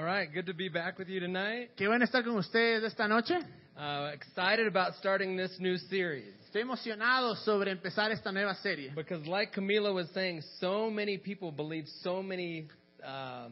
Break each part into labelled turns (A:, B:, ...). A: right, good to be back with you tonight.
B: Qué bueno estar con ustedes esta noche.
A: Uh, excited about starting this new series
B: Estoy emocionado sobre empezar esta nueva serie.
A: because, like Camila was saying, so many people believe so many uh,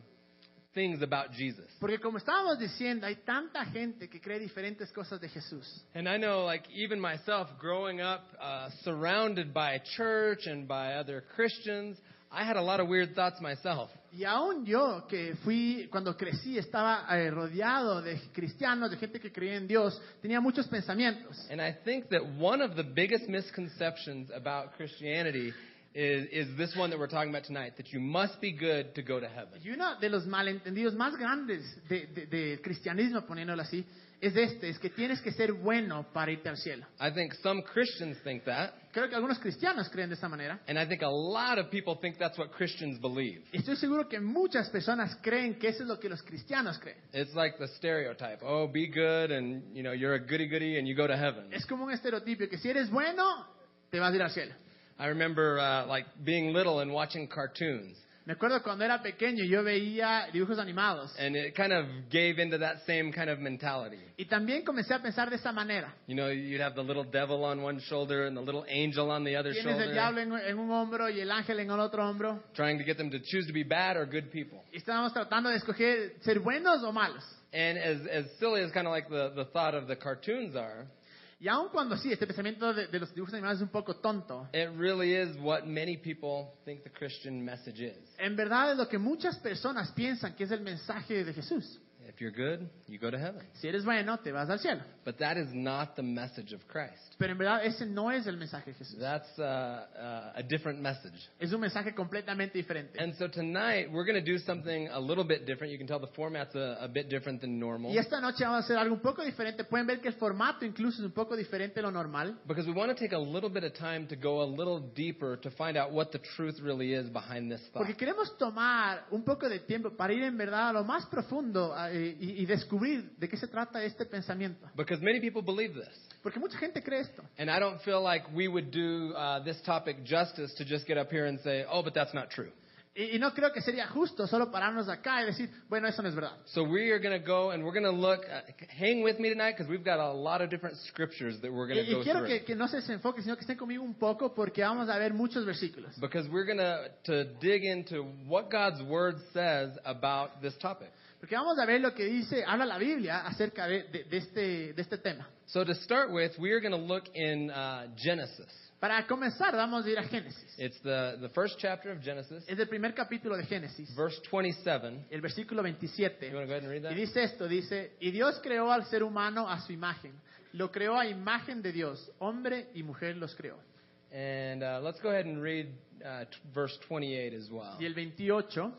A: things about Jesus.
B: Porque como estábamos diciendo, hay tanta gente que cree diferentes cosas de Jesús.
A: And I know, like, even myself growing up uh, surrounded by a church and by other Christians, I had a lot of weird thoughts myself.
B: Y aún yo, que fui, cuando crecí, estaba eh, rodeado de cristianos, de gente que creía en Dios, tenía muchos pensamientos.
A: And I think that one of the biggest misconceptions about Christianity is, is this one that we're talking about tonight that you must be good to go to heaven.
B: Y uno de los malentendidos más grandes de- de- del cristianismo, poniéndolo así, es este, es que tienes que ser bueno para irte al cielo.
A: I think some Christians think that,
B: Creo que algunos cristianos creen de esta manera.
A: and I think a lot of people think that's what Christians believe.
B: Estoy seguro que muchas personas creen que eso es lo que los cristianos creen.
A: It's like the stereotype. Oh, be good and, you know, you're a goody-goody and you go to heaven.
B: Es como un estereotipo que si eres bueno, te vas a ir al cielo.
A: I remember uh, like being little and watching cartoons.
B: Me acuerdo cuando era pequeño yo veía dibujos animados
A: And it kind of gave into that same kind of mentality.
B: y también comencé a pensar de esa manera.
A: You know, you'd have the little devil on one shoulder and the little angel on the other
B: Tienes
A: shoulder,
B: el diablo en, en un hombro y el ángel en el otro hombro.
A: trying to get them to choose to be bad or good people.
B: Y estábamos tratando de escoger ser buenos o malos.
A: And as, as silly as kind of like the, the thought of the cartoons are,
B: Y aun cuando sí, este pensamiento de, de los dibujos animados es un poco tonto,
A: it really is what many people think the Christian message is.
B: en verdad es lo que muchas personas piensan que es el mensaje de Jesús.
A: If you're good, you go to heaven.
B: Si eres bueno, te vas al cielo.
A: But that is not the message of Christ.
B: Pero en verdad ese no es el mensaje de Jesús.
A: That's uh, uh, a different message.
B: Es un mensaje completamente diferente.
A: And so tonight, we're going to do something a little bit different. You can tell the format's a, a bit different than normal.
B: Y esta noche vamos a hacer algo un poco diferente. Pueden ver que el formato incluso es un poco diferente a lo normal.
A: Because we want to take a little bit of time to go a little deeper to find out what the truth really is behind this thought.
B: Porque queremos tomar un poco de tiempo para ir en verdad a lo más profundo a, eh, y, y descubrir de qué se trata este pensamiento.
A: Because many people believe this.
B: Porque mucha gente cree esto.
A: And I don't feel like we would do uh, this topic justice to just get up here and say, oh, but that's not true.
B: Y, y no creo que sería justo solo pararnos acá y decir, bueno, eso no es verdad.
A: So we are going to go and we're going to look. Uh, hang with me tonight because we've got a lot of different scriptures that we're
B: Y,
A: going to
B: y
A: go
B: quiero
A: through.
B: que, que no se desenfoquen, sino que estén conmigo un poco porque vamos a ver muchos versículos.
A: Because we're going to to dig into what God's Word says about this topic.
B: Porque vamos a ver lo que dice, habla la Biblia acerca de, de- de este, de este tema.
A: So to start with, we are going to look in uh, Genesis.
B: Para comenzar, vamos a ir a Génesis.
A: It's the, the first chapter of Genesis,
B: Es el primer capítulo de Génesis.
A: verse 27.
B: el versículo
A: You want to
B: 27.
A: go ahead and read
B: Y
A: that?
B: dice esto, dice, y Dios creó al ser humano a su imagen, lo creó a imagen de Dios, hombre y mujer los creó.
A: And uh, let's go ahead and read uh, t- verse 28 as well.
B: Y el 28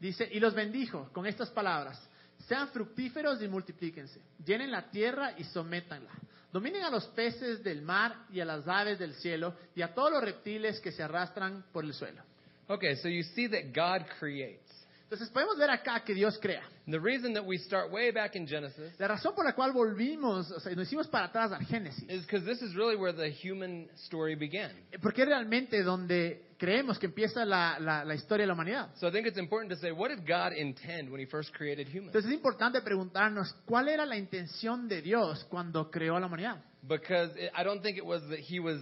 B: dice, y los bendijo con estas palabras, sean fructíferos y multiplíquense, llenen la tierra y sométanla, dominen a los peces del mar y a las aves del cielo y a todos los reptiles que se arrastran por el suelo.
A: Okay, so you see that God creates.
B: Entonces podemos ver acá que Dios crea.
A: And the reason that we start way back in Genesis
B: La razón por la cual volvimos, o sea, nos hicimos para atrás al Génesis.
A: is because this is really where the human story began.
B: Eh, Porque es realmente donde creemos que empieza la, la- la historia de la humanidad.
A: So I think it's important to say, what did God intend when He first created humans?
B: Entonces es importante preguntarnos cuál era la intención de Dios cuando creó a la humanidad.
A: Because it, I don't think it was that He was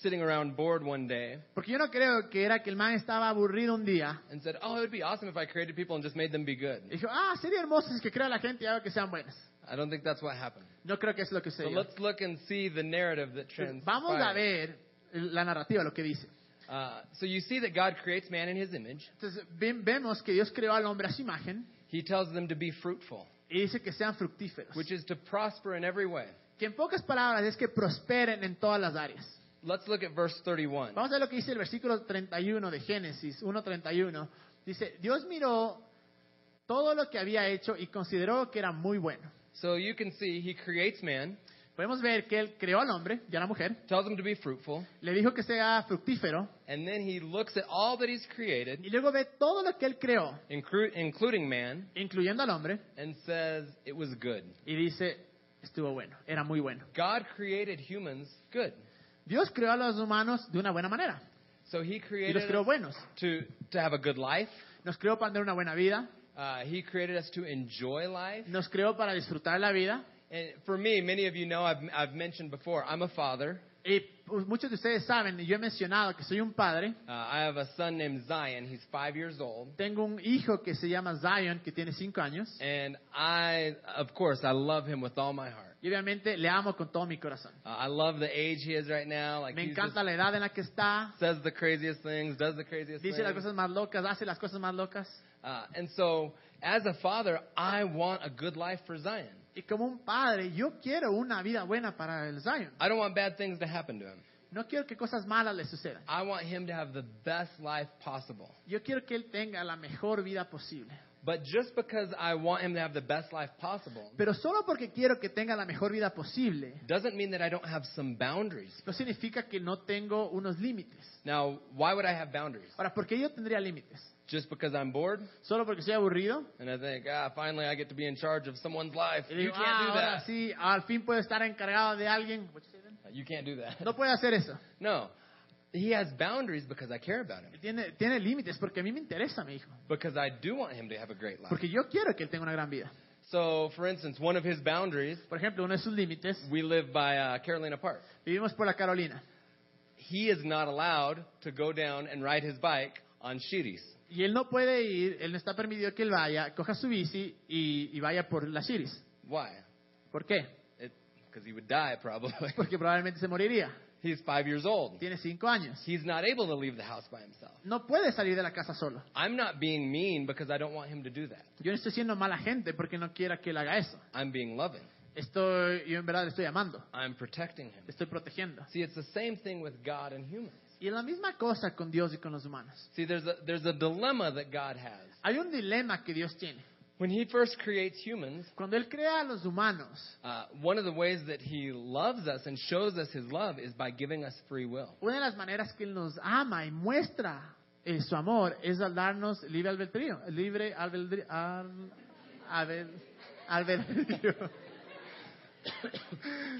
A: sitting around bored one day
B: Porque yo no creo que era que el man estaba aburrido un día
A: and said, oh, it would be awesome if I created people and just made them be good.
B: y dijo, ah, sería hermoso si es que crea la gente y haga que sean buenas.
A: I don't think that's what happened.
B: No creo que es lo que
A: So
B: sucedió.
A: let's look and see the narrative that
B: Entonces, Vamos a
A: transpires.
B: ver la narrativa, lo que dice.
A: Uh, so you see that God creates man in his image.
B: Entonces ven- vemos que Dios creó al hombre a su imagen
A: He tells them to be fruitful,
B: y dice que sean fructíferos.
A: which is to prosper in every way.
B: Que en pocas palabras es que prosperen en todas las áreas.
A: Let's look at verse 31.
B: Vamos a ver lo que dice el versículo 31 de Génesis 1.31. Dice, Dios miró todo lo que había hecho y consideró que era muy bueno.
A: So you can see he creates man,
B: Podemos ver que Él creó al hombre y a la mujer,
A: tells him to be fruitful,
B: le dijo que sea fructífero
A: and then he looks at all that he's created,
B: y luego ve todo lo que Él creó,
A: inclu- including man,
B: incluyendo al hombre,
A: and says it was good.
B: y dice, estuvo bueno, era muy bueno.
A: God created humans good.
B: Dios creó a los humanos de una buena manera
A: So he
B: y los
A: created
B: creó
A: us
B: buenos.
A: to, to have a good life,
B: Nos creó para tener una buena vida,
A: Uh, he created us to enjoy life.
B: Nos creó para disfrutar la vida.
A: And for me, many of you know, I've, I've mentioned before, I'm a father.
B: Y pues, muchos de ustedes saben, y yo he mencionado que soy un padre.
A: Uh, I have a son named Zion. He's five years old.
B: Tengo un hijo que se llama Zion, que tiene 5 años.
A: And I, of course, I love him with all my heart.
B: Y obviamente le amo con todo mi corazón.
A: Uh, I love the age he is right now. Like
B: Me
A: he just
B: encanta la edad en la que está.
A: says the craziest things, does the craziest
B: Dice las
A: things.
B: cosas más locas, hace las cosas más locas.
A: Uh, and so, as a father, I want a good life for Zion.
B: Y como un padre, yo quiero una vida buena para el Zion.
A: I don't want bad things to happen to him.
B: No quiero que cosas malas le sucedan.
A: I want him to have the best life possible.
B: Yo quiero que él tenga la mejor vida posible.
A: But just because I want him to have the best life possible
B: Pero solo porque quiero que tenga la mejor vida posible,
A: doesn't mean that I don't have some boundaries.
B: no significa que no tengo unos límites.
A: Now, why would I have boundaries?
B: Ahora, ¿por qué yo tendría límites?
A: Just because I'm bored
B: ¿Solo porque soy aburrido?
A: and I think, ah, finally I get to be in charge of someone's life.
B: Y
A: You
B: digo, "Ah,
A: can't do
B: ahora
A: that.
B: sí, al fin puedo estar encargado de alguien.
A: You can't do that.
B: No puede hacer eso.
A: No. He has boundaries because I care about him.
B: Tiene, tiene límites porque a mí me interesa mi hijo.
A: Because I do want him to have a great life.
B: Porque yo quiero que él tenga una gran vida.
A: So, for instance, one of his boundaries,
B: Por ejemplo, uno de sus límites,
A: we live by uh, Carolina Park.
B: vivimos por la Carolina.
A: He is not allowed to go down and ride his bike on Shiris.
B: Y él no puede ir, él no está permitido que él vaya, coja su bici y, y vaya por las Chiris.
A: Why?
B: ¿Por qué?
A: Because he would die probably.
B: Porque probablemente se moriría.
A: He's five years old.
B: Tiene cinco años.
A: He's not able to leave the house by himself.
B: No puede salir de la casa solo.
A: I'm not being mean because I don't want him to do that.
B: Yo no estoy siendo mala gente porque no quiera que él haga eso.
A: I'm being loving.
B: Estoy, yo en verdad le estoy amando,
A: I'm protecting him.
B: le estoy protegiendo.
A: See, it's the same thing with God and humans.
B: Y es la misma cosa con Dios y con los humanos.
A: See, there's a, there's a dilemma that God has.
B: Hay un dilema que Dios tiene.
A: When He first creates humans,
B: Cuando Él crea a los humanos,
A: uh, one of the ways that He loves us and shows us His love is by giving us free will.
B: una de las maneras que Él nos ama y muestra eh, su amor es al darnos libre albedrío. Libre albedrío. Al, abel- albedrío.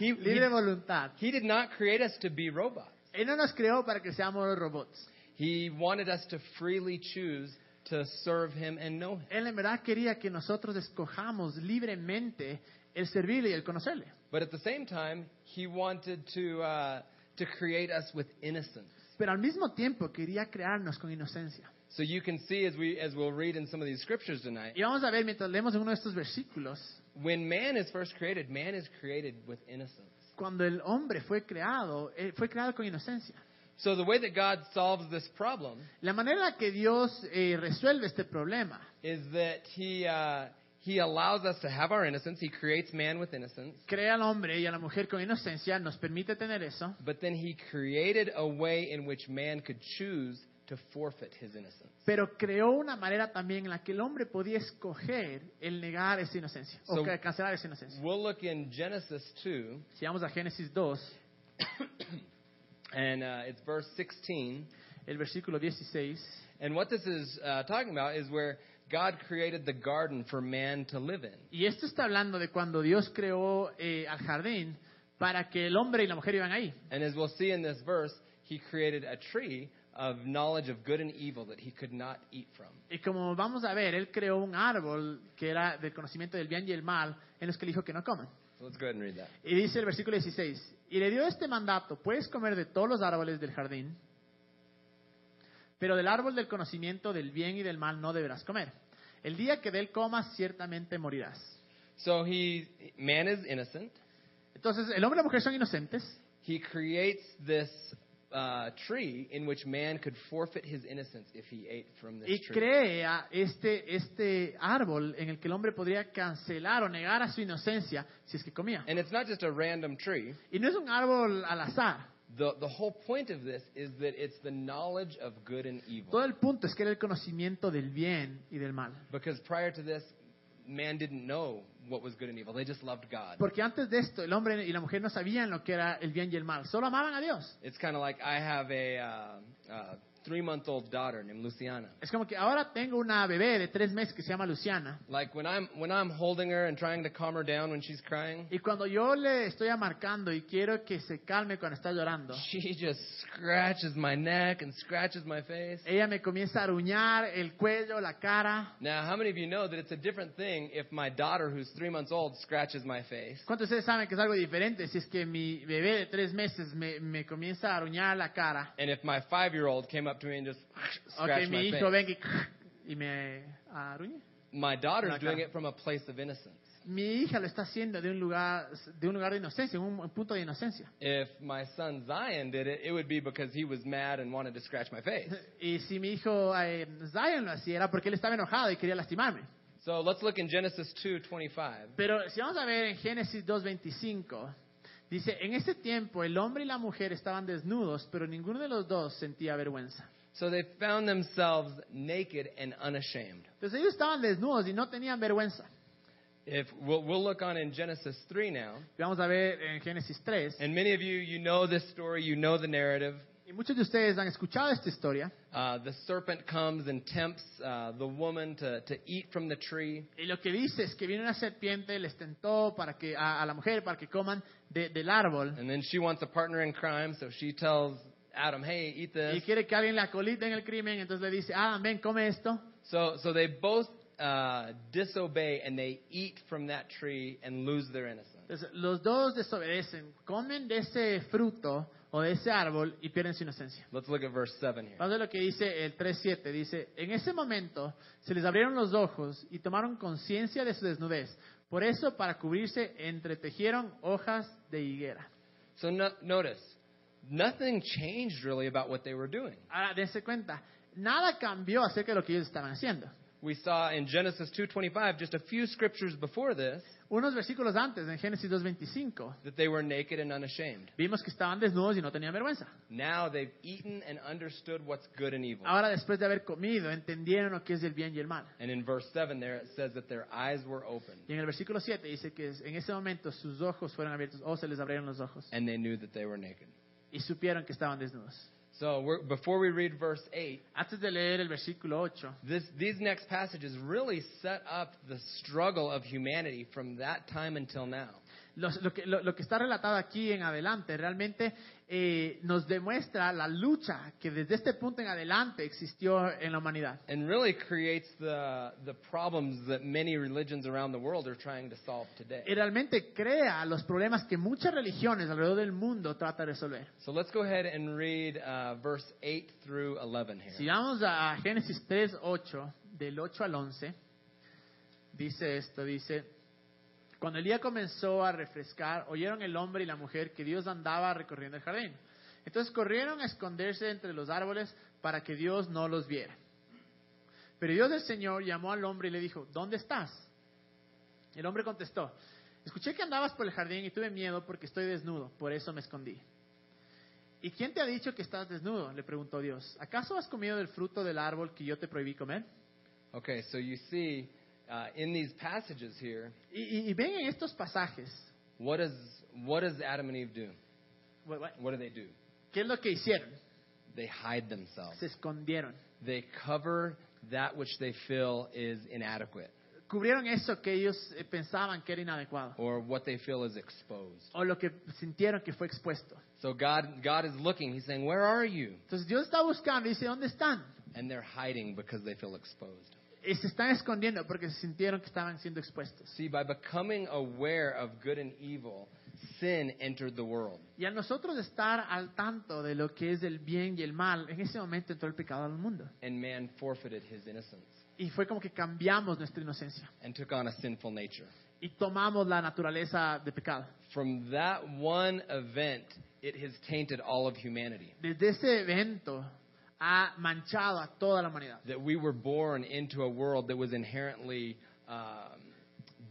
A: He, he,
B: libre voluntad.
A: he did not create us to be robots.
B: Él no nos creó para que seamos robots.
A: He wanted us to freely choose to serve Him and know Him.
B: Él en verdad quería que nosotros escojamos libremente el servirle y el conocerle.
A: But at the same time, He wanted to, uh, to create us with innocence.
B: Pero al mismo tiempo quería crearnos con inocencia.
A: So you can see as we as we'll read in some of these scriptures tonight,
B: Y vamos a ver mientras leemos uno de estos versículos,
A: when man is first created, man is created with innocence.
B: cuando el hombre fue creado, eh, fue creado con inocencia.
A: So the way that God solves this problem
B: La manera que Dios eh, resuelve este problema
A: is that he uh, he allows us to have our innocence. He creates man with innocence,
B: crea al hombre y a la mujer con inocencia, nos permite tener eso,
A: but then he created a way in which man could choose to forfeit his innocence.
B: pero creó una manera también en la que el hombre podía escoger el negar esa inocencia o
A: So-
B: ca- cancelar esa inocencia.
A: We'll look in Genesis 2,
B: Si vamos a Génesis 2,
A: and uh, it's verse 16.
B: el versículo 16,
A: And what this is uh, talking about is where God created the garden for man to live in.
B: y esto está hablando de cuando Dios creó eh, al jardín para que el hombre y la mujer iban ahí.
A: And as we'll see in this verse, he created a tree of knowledge of good and evil that he could not eat from.
B: Y como vamos a ver, él creó un árbol que era del conocimiento del bien y el mal, en los que le dijo que no coman.
A: So let's go ahead and read that.
B: Y dice el versículo 16, y le dio este mandato, puedes comer de todos los árboles del jardín, pero del árbol del conocimiento del bien y del mal no deberás comer. El día que de él comas, ciertamente morirás.
A: So he, man is innocent.
B: Entonces, el hombre y la mujer son inocentes.
A: He creates this uh, tree in which man could forfeit his innocence if he ate from this
B: Y
A: tree.
B: crea este, este árbol en el que el hombre podría cancelar o negar a su inocencia si es que comía.
A: And it's not just a random tree.
B: Y no es un árbol al azar.
A: The, the whole point of this is that it's the knowledge of good and
B: Todo
A: evil.
B: el punto es que era el conocimiento del bien y del mal.
A: Because prior to this, man didn't know what was good and evil. They just loved God.
B: Porque antes de esto, el hombre y la mujer no sabían lo que era el bien y el mal. Solo amaban a Dios.
A: It's kind of like I have a uh, uh, three month old daughter named Luciana.
B: Es como que ahora tengo una bebé de tres meses que se llama Luciana.
A: Like when I'm when I'm holding her and trying to calm her down when she's crying,
B: Y cuando yo le estoy amarcando y quiero que se calme cuando está llorando,
A: she just scratches my neck and scratches my face.
B: ella me comienza a aruñar el cuello, la cara.
A: Now, how many of you know that it's a different thing if my daughter, who's three months old, scratches my face,
B: ¿Cuántos de ustedes saben que es algo diferente si es que mi bebé de tres meses me, me comienza a aruñar la cara?
A: and if my five year old came up to me and just
B: O
A: scratched
B: que mi
A: my
B: hijo
A: face?
B: venga y, y me aruñe.
A: My daughter's
B: Acá.
A: doing it from a place of innocence.
B: Mi hija lo está haciendo de un lugar de, un lugar de inocencia, un, un punto de inocencia.
A: If my son Zion did it, it would be because he was mad and wanted to scratch my face.
B: Y si mi hijo eh, Zion lo hacía era porque él estaba enojado y quería lastimarme.
A: So let's look in Genesis 2:25.
B: Pero si vamos a ver en Génesis 2.25, dice, en ese tiempo el hombre y la mujer estaban desnudos, pero ninguno de los dos sentía vergüenza.
A: So they found themselves naked and unashamed.
B: Entonces ellos estaban desnudos y no tenían vergüenza.
A: If we'll, we'll look on in Genesis 3 now,
B: Y Vamos a ver en Génesis 3.
A: and many of you you know this story, you know the narrative.
B: Y muchos de ustedes han escuchado esta historia.
A: Uh, the serpent comes and tempts uh, the woman to, to eat from the tree.
B: Y lo que dice es que viene una serpiente, les tentó para que, a, a la mujer para que coman de- del árbol.
A: And then she wants a partner in crime, so she tells Adam, "Hey, eat
B: Y
A: this."
B: quiere que alguien la colite en el crimen, entonces le dice, ah, ven, come esto.
A: So so they both uh, disobey and they eat from that tree and lose their innocence.
B: Entonces los dos desobedecen, comen de ese fruto o de ese árbol y pierden su inocencia.
A: Let's look at verse seven here.
B: Vamos a ver lo que dice el 3.7. Dice, en ese momento se les abrieron los ojos y tomaron conciencia de su desnudez. Por eso, para cubrirse, entretejieron hojas de higuera.
A: So no, notice, nothing changed really about what they were doing.
B: Ahora, dense cuenta, nada cambió acerca de lo que ellos estaban haciendo.
A: We saw in Genesis 2:25 just a few scriptures before this
B: Unos versículos antes, en Génesis 2.25,
A: that they were naked and unashamed.
B: vimos que estaban desnudos y no tenían vergüenza.
A: Now they've eaten and understood what's good and evil.
B: Ahora, después de haber comido, entendieron lo que es el bien y el mal.
A: And in verse 7 there it says that their eyes were opened
B: Y en el versículo 7 dice que en ese momento sus ojos fueron abiertos o se les abrieron los ojos
A: and they knew that they were naked.
B: y supieron que estaban desnudos.
A: So we're, before we read verse 8,
B: Antes de leer el versículo 8,
A: this, these next passages really set up the struggle of humanity from that time until now.
B: Los- lo, que, lo- lo que está relatado aquí en adelante realmente eh, nos demuestra la lucha que desde este punto en adelante existió en la humanidad.
A: And really creates the, the problems that many religions around the world are trying to solve today.
B: Y realmente crea los problemas que muchas religiones alrededor del mundo tratan de resolver.
A: So let's go ahead and read uh, verse 8 through 11
B: Si
A: here.
B: vamos a Génesis 3, 8, del 8 al 11, dice esto, dice, cuando el día comenzó a refrescar, oyeron el hombre y la mujer que Dios andaba recorriendo el jardín. Entonces corrieron a esconderse entre los árboles para que Dios no los viera. Pero Dios el Señor llamó al hombre y le dijo, ¿dónde estás? El hombre contestó, escuché que andabas por el jardín y tuve miedo porque estoy desnudo, por eso me escondí. ¿Y quién te ha dicho que estás desnudo? Le preguntó Dios. ¿Acaso has comido del fruto del árbol que yo te prohibí comer?
A: Okay, so you see uh, in these passages here,
B: Y, y- y ven en estos pasajes,
A: what, is, what does Adam and Eve do?
B: what- what-
A: What do they do?
B: ¿qué es lo que hicieron?
A: They hide themselves.
B: Se escondieron.
A: They cover that which they feel is inadequate
B: Cubrieron eso que ellos eh, pensaban que era inadecuado
A: or what they feel is exposed.
B: o lo que sintieron que fue expuesto.
A: So God, God is looking. He's saying, Where are you?
B: Entonces Dios está buscando y dice, ¿dónde están?
A: And they're hiding because they feel exposed.
B: Y se están escondiendo porque se sintieron que estaban siendo expuestos.
A: See, by becoming aware of good and evil, sin entered the world.
B: Y a nosotros estar al tanto de lo que es el bien y el mal, en ese momento entró el pecado al mundo.
A: and man forfeited his innocence
B: Y fue como que cambiamos nuestra inocencia
A: and took on a sinful nature.
B: y tomamos la naturaleza de pecado.
A: From that one event, it has tainted all of humanity.
B: Desde ese evento ha manchado a toda la humanidad.
A: That we were born into a world that was inherently um,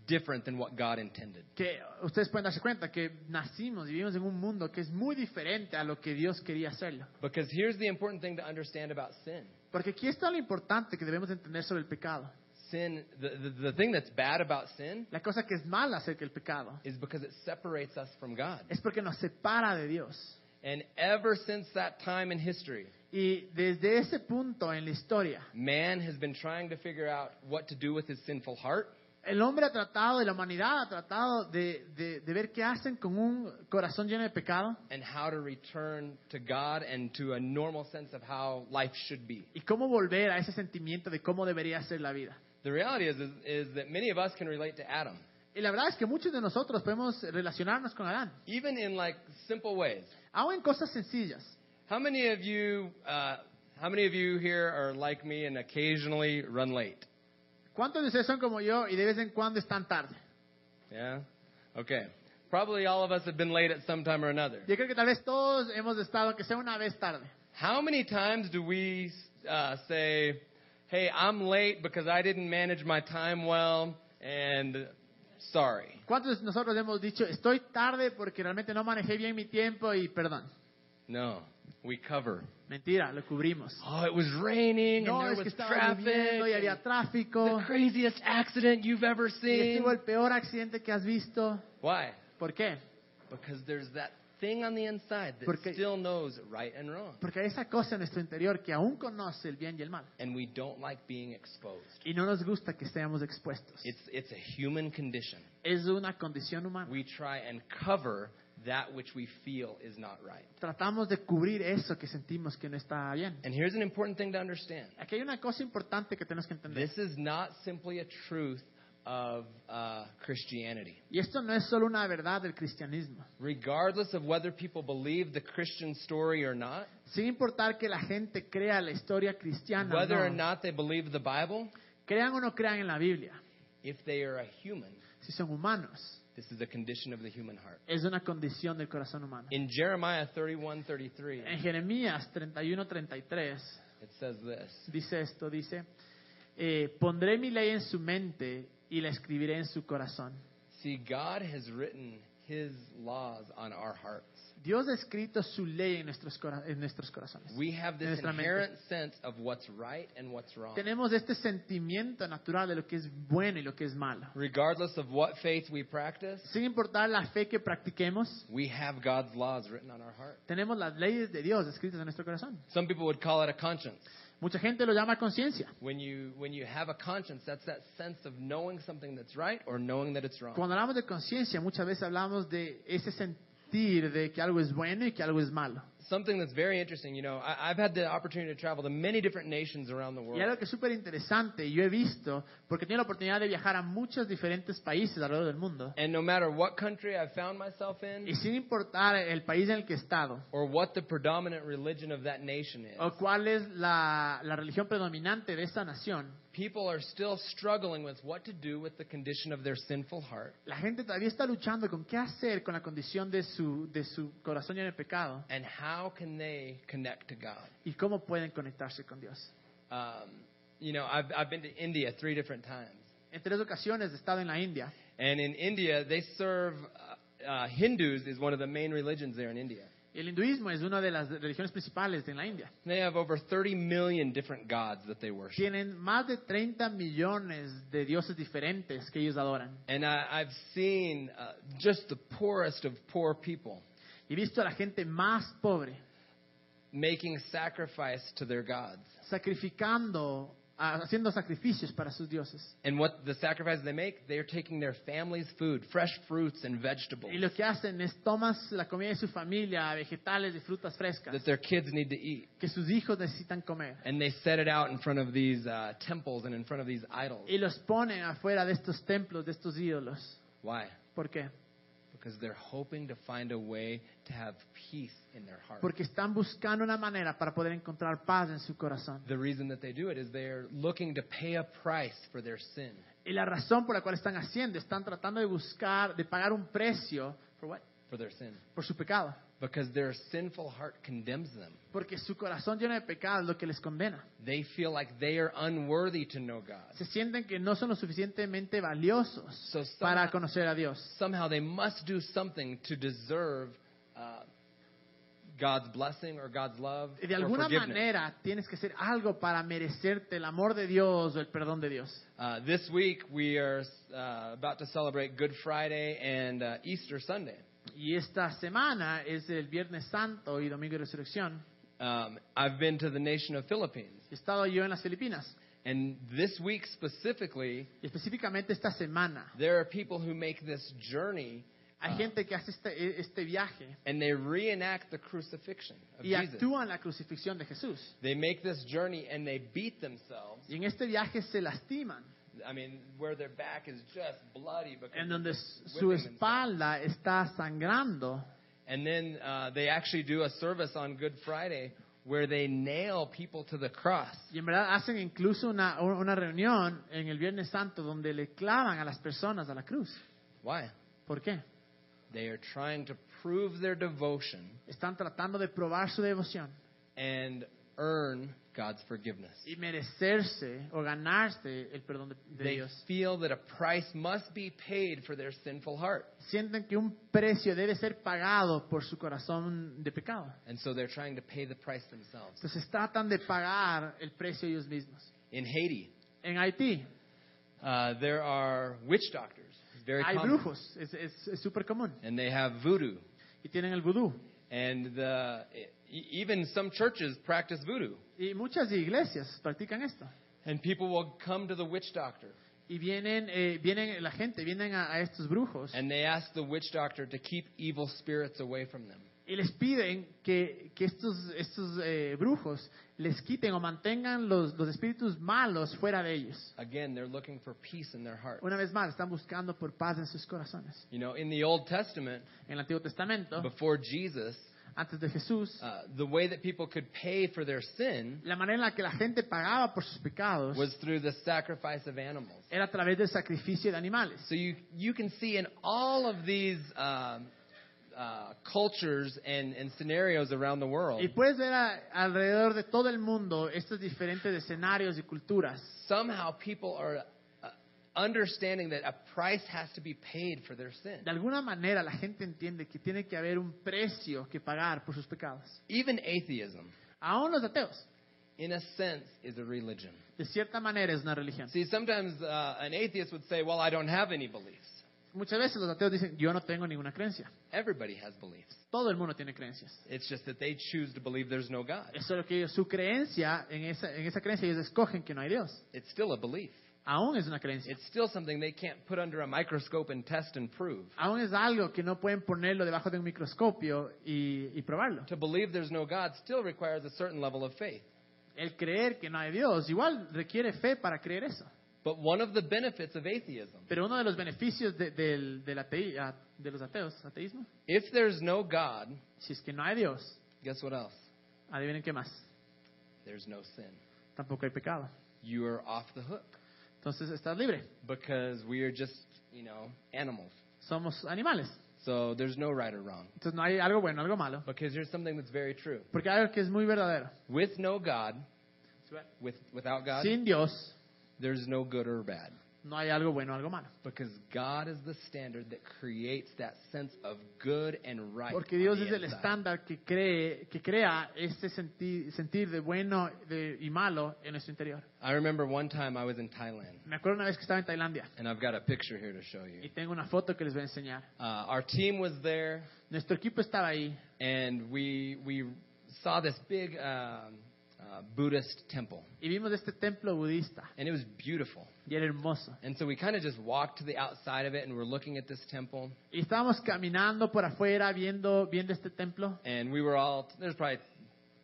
A: different than what God intended.
B: Que ustedes pueden darse cuenta que nacimos y vivimos en un mundo que es muy diferente a lo que Dios quería hacerlo.
A: Because here's the important thing to understand about sin
B: Porque aquí está lo importante que debemos entender sobre el pecado.
A: sin, the, the, the thing that's bad about sin
B: La cosa que es mala acerca del pecado
A: is because it separates us from God.
B: es porque nos separa de Dios.
A: And ever since that time in history,
B: Y desde ese punto en la historia,
A: Man has been trying to figure out what to do with his sinful heart,
B: el hombre ha tratado y la humanidad ha tratado de, de- de ver qué hacen con un corazón lleno de pecado
A: and how to return to God and to a normal sense of how life should be.
B: y cómo volver a ese sentimiento de cómo debería ser la vida.
A: The reality is, is, is that many of us can relate to Adam,
B: Y la verdad es que muchos de nosotros podemos relacionarnos con Adán,
A: even in like simple ways.
B: aún en cosas sencillas.
A: How many of you, uh, how many of you here are like me and occasionally run late?
B: ¿Cuántos de ustedes son como yo y de vez en cuando están tarde?
A: Yeah. Okay. Probably all of us have been late at some time or another.
B: Yo creo que tal vez todos hemos estado, que sea una vez tarde.
A: How many times do we uh, say, "Hey, I'm late because I didn't manage my time well," and sorry?
B: ¿Cuántos de nosotros hemos dicho, estoy tarde porque realmente no manejé bien mi tiempo y perdón?
A: No, we cover.
B: Mentira, lo cubrimos.
A: Oh, it was raining
B: No,
A: and there
B: es que
A: was
B: estaba
A: traffic.
B: lloviendo y había
A: and The
B: tráfico.
A: craziest accident you've ever
B: Y
A: seen.
B: estuvo el peor accidente que has visto.
A: Why?
B: ¿Por qué?
A: Because there's that thing on the inside that
B: Porque-
A: still knows right and wrong,
B: Porque hay esa cosa en nuestro interior que aún conoce el bien y el mal.
A: and we don't like being exposed.
B: Y no nos gusta que seamos expuestos.
A: It's it's a human condition.
B: Es una condición humana.
A: We try and cover that which we feel is not right.
B: Tratamos de cubrir eso que sentimos que no está bien.
A: And here's an important thing to understand.
B: Aquí hay una cosa importante que tenemos que entender.
A: This is not simply a truth of uh, Christianity.
B: Y esto no es solo una verdad del cristianismo.
A: Regardless of whether people believe the Christian story or not,
B: Sin importar que la gente crea la historia cristiana, o
A: whether or
B: no,
A: not they believe the Bible,
B: crean o no crean en la Biblia,
A: if they are a human,
B: si son humanos,
A: this is a condition of the human heart.
B: es una condición del corazón humano.
A: In Jeremiah 31:33,
B: En Jeremías 31:33
A: it says this.
B: dice esto, dice, eh, pondré mi ley en su mente y la escribiré en su corazón.
A: See, God has written His laws on our hearts.
B: Dios ha escrito su ley en nuestros, cora- en nuestros corazones.
A: We have this
B: Nuestra mente.
A: inherent sense of what's right and what's wrong.
B: Tenemos este sentimiento natural de lo que es bueno y lo que es malo.
A: Regardless of what faith we practice,
B: Sin importar la fe que practiquemos,
A: we have God's laws written on our heart.
B: tenemos las leyes de Dios escritas en nuestro corazón.
A: Some people would call it a conscience.
B: Mucha gente lo llama conciencia.
A: When you when you have a conscience, that's that sense of knowing something that's right or knowing that it's wrong.
B: Cuando hablamos de conciencia, muchas veces hablamos de ese sentir de que algo es bueno y que algo es malo.
A: Something that's very interesting, you know, I, I've had the opportunity to travel to many different nations around the
B: Y algo
A: world.
B: que es súper interesante, y yo he visto, porque he tenido la oportunidad de viajar a muchos diferentes países alrededor del mundo,
A: And no matter what country I found myself
B: y
A: in
B: sin importar el país en el que he estado,
A: or what the predominant religion of that nation is,
B: o cuál es la, la religión predominante de esa nación,
A: people are still struggling with what to do with the condition of their sinful heart
B: la gente todavía está luchando con qué hacer con la condición de su, de su corazón lleno de pecado
A: and how can they connect to God.
B: y cómo pueden conectarse con Dios.
A: Um, you know, I've, I've been to India three different times.
B: En tres ocasiones he estado en la India
A: And in India, they serve uh, uh, Hindus is one of the main religions there in India.
B: y el hinduismo es una de las religiones principales de la India.
A: They have over 30 million different gods that they worship.
B: Tienen más de 30 millones de dioses diferentes que ellos adoran.
A: And I, I've seen uh, just the poorest of poor people
B: He visto a la gente más pobre
A: making sacrifice to their gods.
B: sacrificando, ah, haciendo sacrificios para sus dioses.
A: And what the sacrifices they make, they are taking their family's food, fresh fruits and vegetables
B: Y lo que hacen es toman la comida de su familia, vegetales y frutas frescas
A: that their kids need to eat.
B: que sus hijos necesitan comer.
A: And they set it out in front of these uh, temples and in front of these idols.
B: Y los ponen afuera de estos templos, de estos ídolos.
A: Why?
B: ¿Por qué?
A: Because they're hoping to find a way to have peace in their heart.
B: Porque están buscando una manera para poder encontrar paz en su corazón.
A: The reason that they do it is they're looking to pay a price for their sin.
B: Y la razón por la cual están haciendo, están tratando de buscar, de pagar un precio ¿por what?
A: For their sin.
B: por su pecado.
A: Because their sinful heart condemns them.
B: Porque su corazón lleno de pecado es lo que les condena.
A: They feel like they are unworthy to know God.
B: Se sienten que no son lo suficientemente valiosos
A: So
B: para
A: somehow,
B: conocer a Dios.
A: somehow they must do something to deserve uh, God's blessing or God's love
B: De
A: or
B: alguna
A: forgiveness.
B: manera tienes que hacer algo para merecerte el amor de Dios o el perdón de Dios.
A: Uh, this week we are uh, about to celebrate Good Friday and uh, Easter Sunday.
B: Y esta semana es el Viernes Santo y Domingo de Resurrección.
A: Um, I've been to the nation of Philippines.
B: He estado yo en las Filipinas.
A: And this week specifically,
B: Y específicamente esta semana,
A: there are people who make this journey
B: hay gente que hace este, este viaje
A: and they reenact the crucifixion of
B: y
A: Jesus.
B: actúan la crucifixión de Jesús.
A: They make this journey and they beat themselves.
B: Y en este viaje se lastiman,
A: I mean, where their back is just bloody because
B: en donde
A: they're
B: su
A: whipping themselves.
B: espalda está sangrando.
A: And then uh, they actually do a service on Good Friday where they nail people to the cross.
B: Y en verdad hacen incluso una, una reunión en el Viernes Santo donde le clavan a las personas a la cruz.
A: Why?
B: ¿Por qué?
A: They are trying to prove their devotion
B: Están tratando de probar su devoción
A: and earn God's forgiveness.
B: y merecerse o ganarse el perdón de, de
A: They
B: Dios.
A: feel that a price must be paid for their sinful heart.
B: Sienten que un precio debe ser pagado por su corazón de pecado.
A: And so they're trying to pay the price themselves.
B: Entonces tratan de pagar el precio ellos mismos.
A: In Haiti,
B: En Haití
A: uh, there are witch doctors. It's very
B: hay
A: common.
B: brujos, es súper común.
A: And they have voodoo.
B: Y tienen el vudú.
A: And the, e- even some churches practice voodoo.
B: Y muchas iglesias practican esto.
A: And people will come to the witch doctor.
B: Y vienen, eh, vienen la gente, vienen a, a estos brujos
A: And they ask the witch doctor to keep evil spirits away from them.
B: y les piden que, que estos, estos eh, brujos les quiten o mantengan los, los espíritus malos fuera de ellos.
A: Again, they're looking for peace in their heart.
B: Una vez más, están buscando por paz en sus corazones.
A: You know, in the Old Testament,
B: En el Antiguo Testamento,
A: before Jesus,
B: antes de Jesús,
A: uh, the way that people could pay for their sin
B: la manera en la que la gente pagaba por sus pecados
A: was through the sacrifice of animals.
B: era a través del sacrificio de animales.
A: So you you can see in all of these um, uh, cultures and, and scenarios around the world,
B: Y puedes ver a- alrededor de todo el mundo estos diferentes escenarios y culturas.
A: somehow people are uh, understanding that a price has to be paid for their sin.
B: De alguna manera la gente entiende que tiene que haber un precio que pagar por sus pecados.
A: Even atheism,
B: Aún los ateos,
A: in a sense, is a religion.
B: de cierta manera, es una religión.
A: See, sometimes uh, an atheist would say, "Well, I don't have any beliefs."
B: Muchas veces los ateos dicen, yo no tengo ninguna creencia.
A: Everybody has beliefs.
B: Todo el mundo tiene creencias.
A: It's just that they choose to believe there's no God.
B: Es solo que ellos, su creencia, en esa, en esa creencia ellos escogen que no hay Dios.
A: It's still a belief.
B: Aún es una creencia.
A: It's still something they can't put under a microscope and test and prove.
B: Aún es algo que no pueden ponerlo debajo de un microscopio y, y probarlo.
A: To believe there's no God still requires a certain level of faith.
B: El creer que no hay Dios igual requiere fe para creer eso.
A: But one of the benefits of atheism,
B: Pero uno de los beneficios de, del- del atei- a- de los ateos, ateísmo,
A: if there's no God,
B: si es que no hay Dios,
A: guess what else?
B: adivinen qué más,
A: There's no sin.
B: tampoco hay pecado.
A: You are off the hook
B: Entonces estás libre.
A: because we are just, you know, animals.
B: Somos animales.
A: So there's no right or wrong.
B: Entonces no hay algo bueno, algo malo.
A: Because here's something that's very true.
B: Porque hay algo que es muy verdadero.
A: With no God, with without God,
B: Sin Dios
A: there's no good or bad.
B: no hay algo bueno, algo malo.
A: Because God is the standard that creates that sense of good and right.
B: Porque
A: on
B: Dios
A: the
B: es el
A: inside.
B: estándar que, cree, que crea ese senti- sentir de bueno de- y malo en nuestro interior.
A: I remember one time I was in Thailand,
B: Me acuerdo una vez que estaba en Tailandia
A: and I've got a picture here to show
B: y
A: you.
B: tengo una foto que les voy a enseñar.
A: Uh, our team was there,
B: Nuestro equipo estaba ahí
A: and we we saw this big um, uh, Buddhist temple,
B: y vimos este templo budista
A: and it was beautiful.
B: y era hermoso.
A: And so we kind of just walked to the outside of it, and we're looking at this temple,
B: Y estábamos caminando por afuera viendo, viendo este templo.
A: and we were all there's probably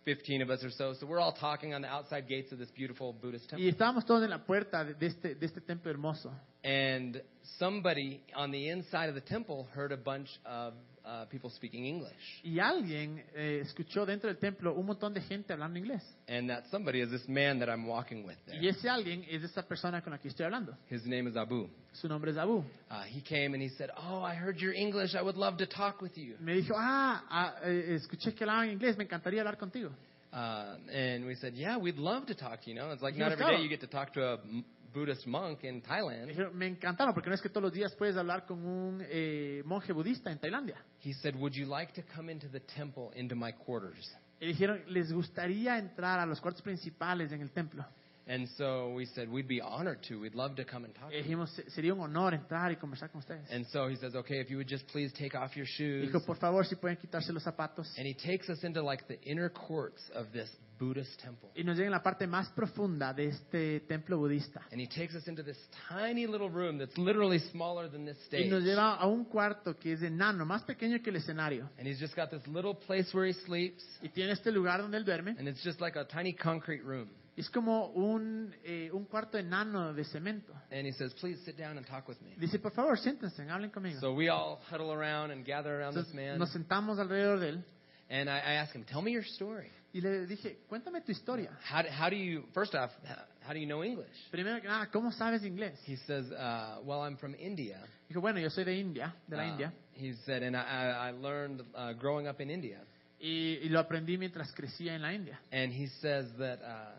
A: 15 of us or so, so we're all talking on the outside gates of this beautiful Buddhist temple.
B: Y estábamos todos en la puerta de, de este, de este templo hermoso.
A: And somebody on the inside of the temple heard a bunch of uh, people speaking English.
B: Y alguien eh, escuchó dentro del templo un montón de gente hablando inglés.
A: And that somebody is this man that I'm walking with
B: Y
A: there.
B: ese alguien es esa persona con la que estoy hablando.
A: His name is Abu.
B: Su nombre es Abu.
A: Uh, he came and he said, Oh, I heard your English. I would love to talk with you.
B: Me dijo, ah, ah, eh, escuché que hablaban inglés, me encantaría hablar contigo.
A: Uh, and we said, Yeah, we'd love to talk to you. You know, it's like
B: He
A: not
B: was
A: every day
B: out.
A: you get to talk to a m- Buddhist monk in
B: Me
A: Thailand.
B: dijeron, me encantaron, porque no es que todos los días puedes hablar con un eh, monje budista en Tailandia.
A: He said, Would you like to come into the temple, into my quarters?
B: Y dijeron, les gustaría entrar a los cuartos principales en el templo.
A: And so we said, we'd be honored to. We'd love to come and talk to
B: Y
A: you.
B: dijimos, "Se- sería un honor entrar y conversar con ustedes.
A: And so he says, okay, if you would just please take off your shoes.
B: Dijo, por favor, si pueden quitarse los zapatos.
A: And he takes us into like the inner courts of this Buddhist temple.
B: Y nos llega en la parte más profunda de este templo budista.
A: And he takes us into this tiny little room that's literally smaller than this
B: Y
A: stage.
B: nos lleva a un cuarto que es enano, más pequeño que el escenario.
A: And he's just got this little place where he sleeps.
B: Y tiene este lugar donde él duerme.
A: And it's just like a tiny concrete room.
B: Y es como un, eh, un cuarto enano de cemento.
A: And he says, please sit down and talk with me.
B: Dice, por favor, siéntense, hablen conmigo.
A: So we all huddle around and gather around this
B: Entonces,
A: man.
B: nos sentamos alrededor de él
A: And I, I ask him, tell me your story.
B: y le dije, cuéntame tu historia.
A: How, do- how do you, first off, h- how do you know English?
B: Primero que nada, ¿cómo sabes inglés?
A: He says, uh, well, I'm from India.
B: Dijo, bueno, yo soy de India, de la
A: Uh,
B: India.
A: He said, and I, I I learned uh, growing up in India.
B: Y, y lo aprendí mientras crecía en la India.
A: And he says that, uh,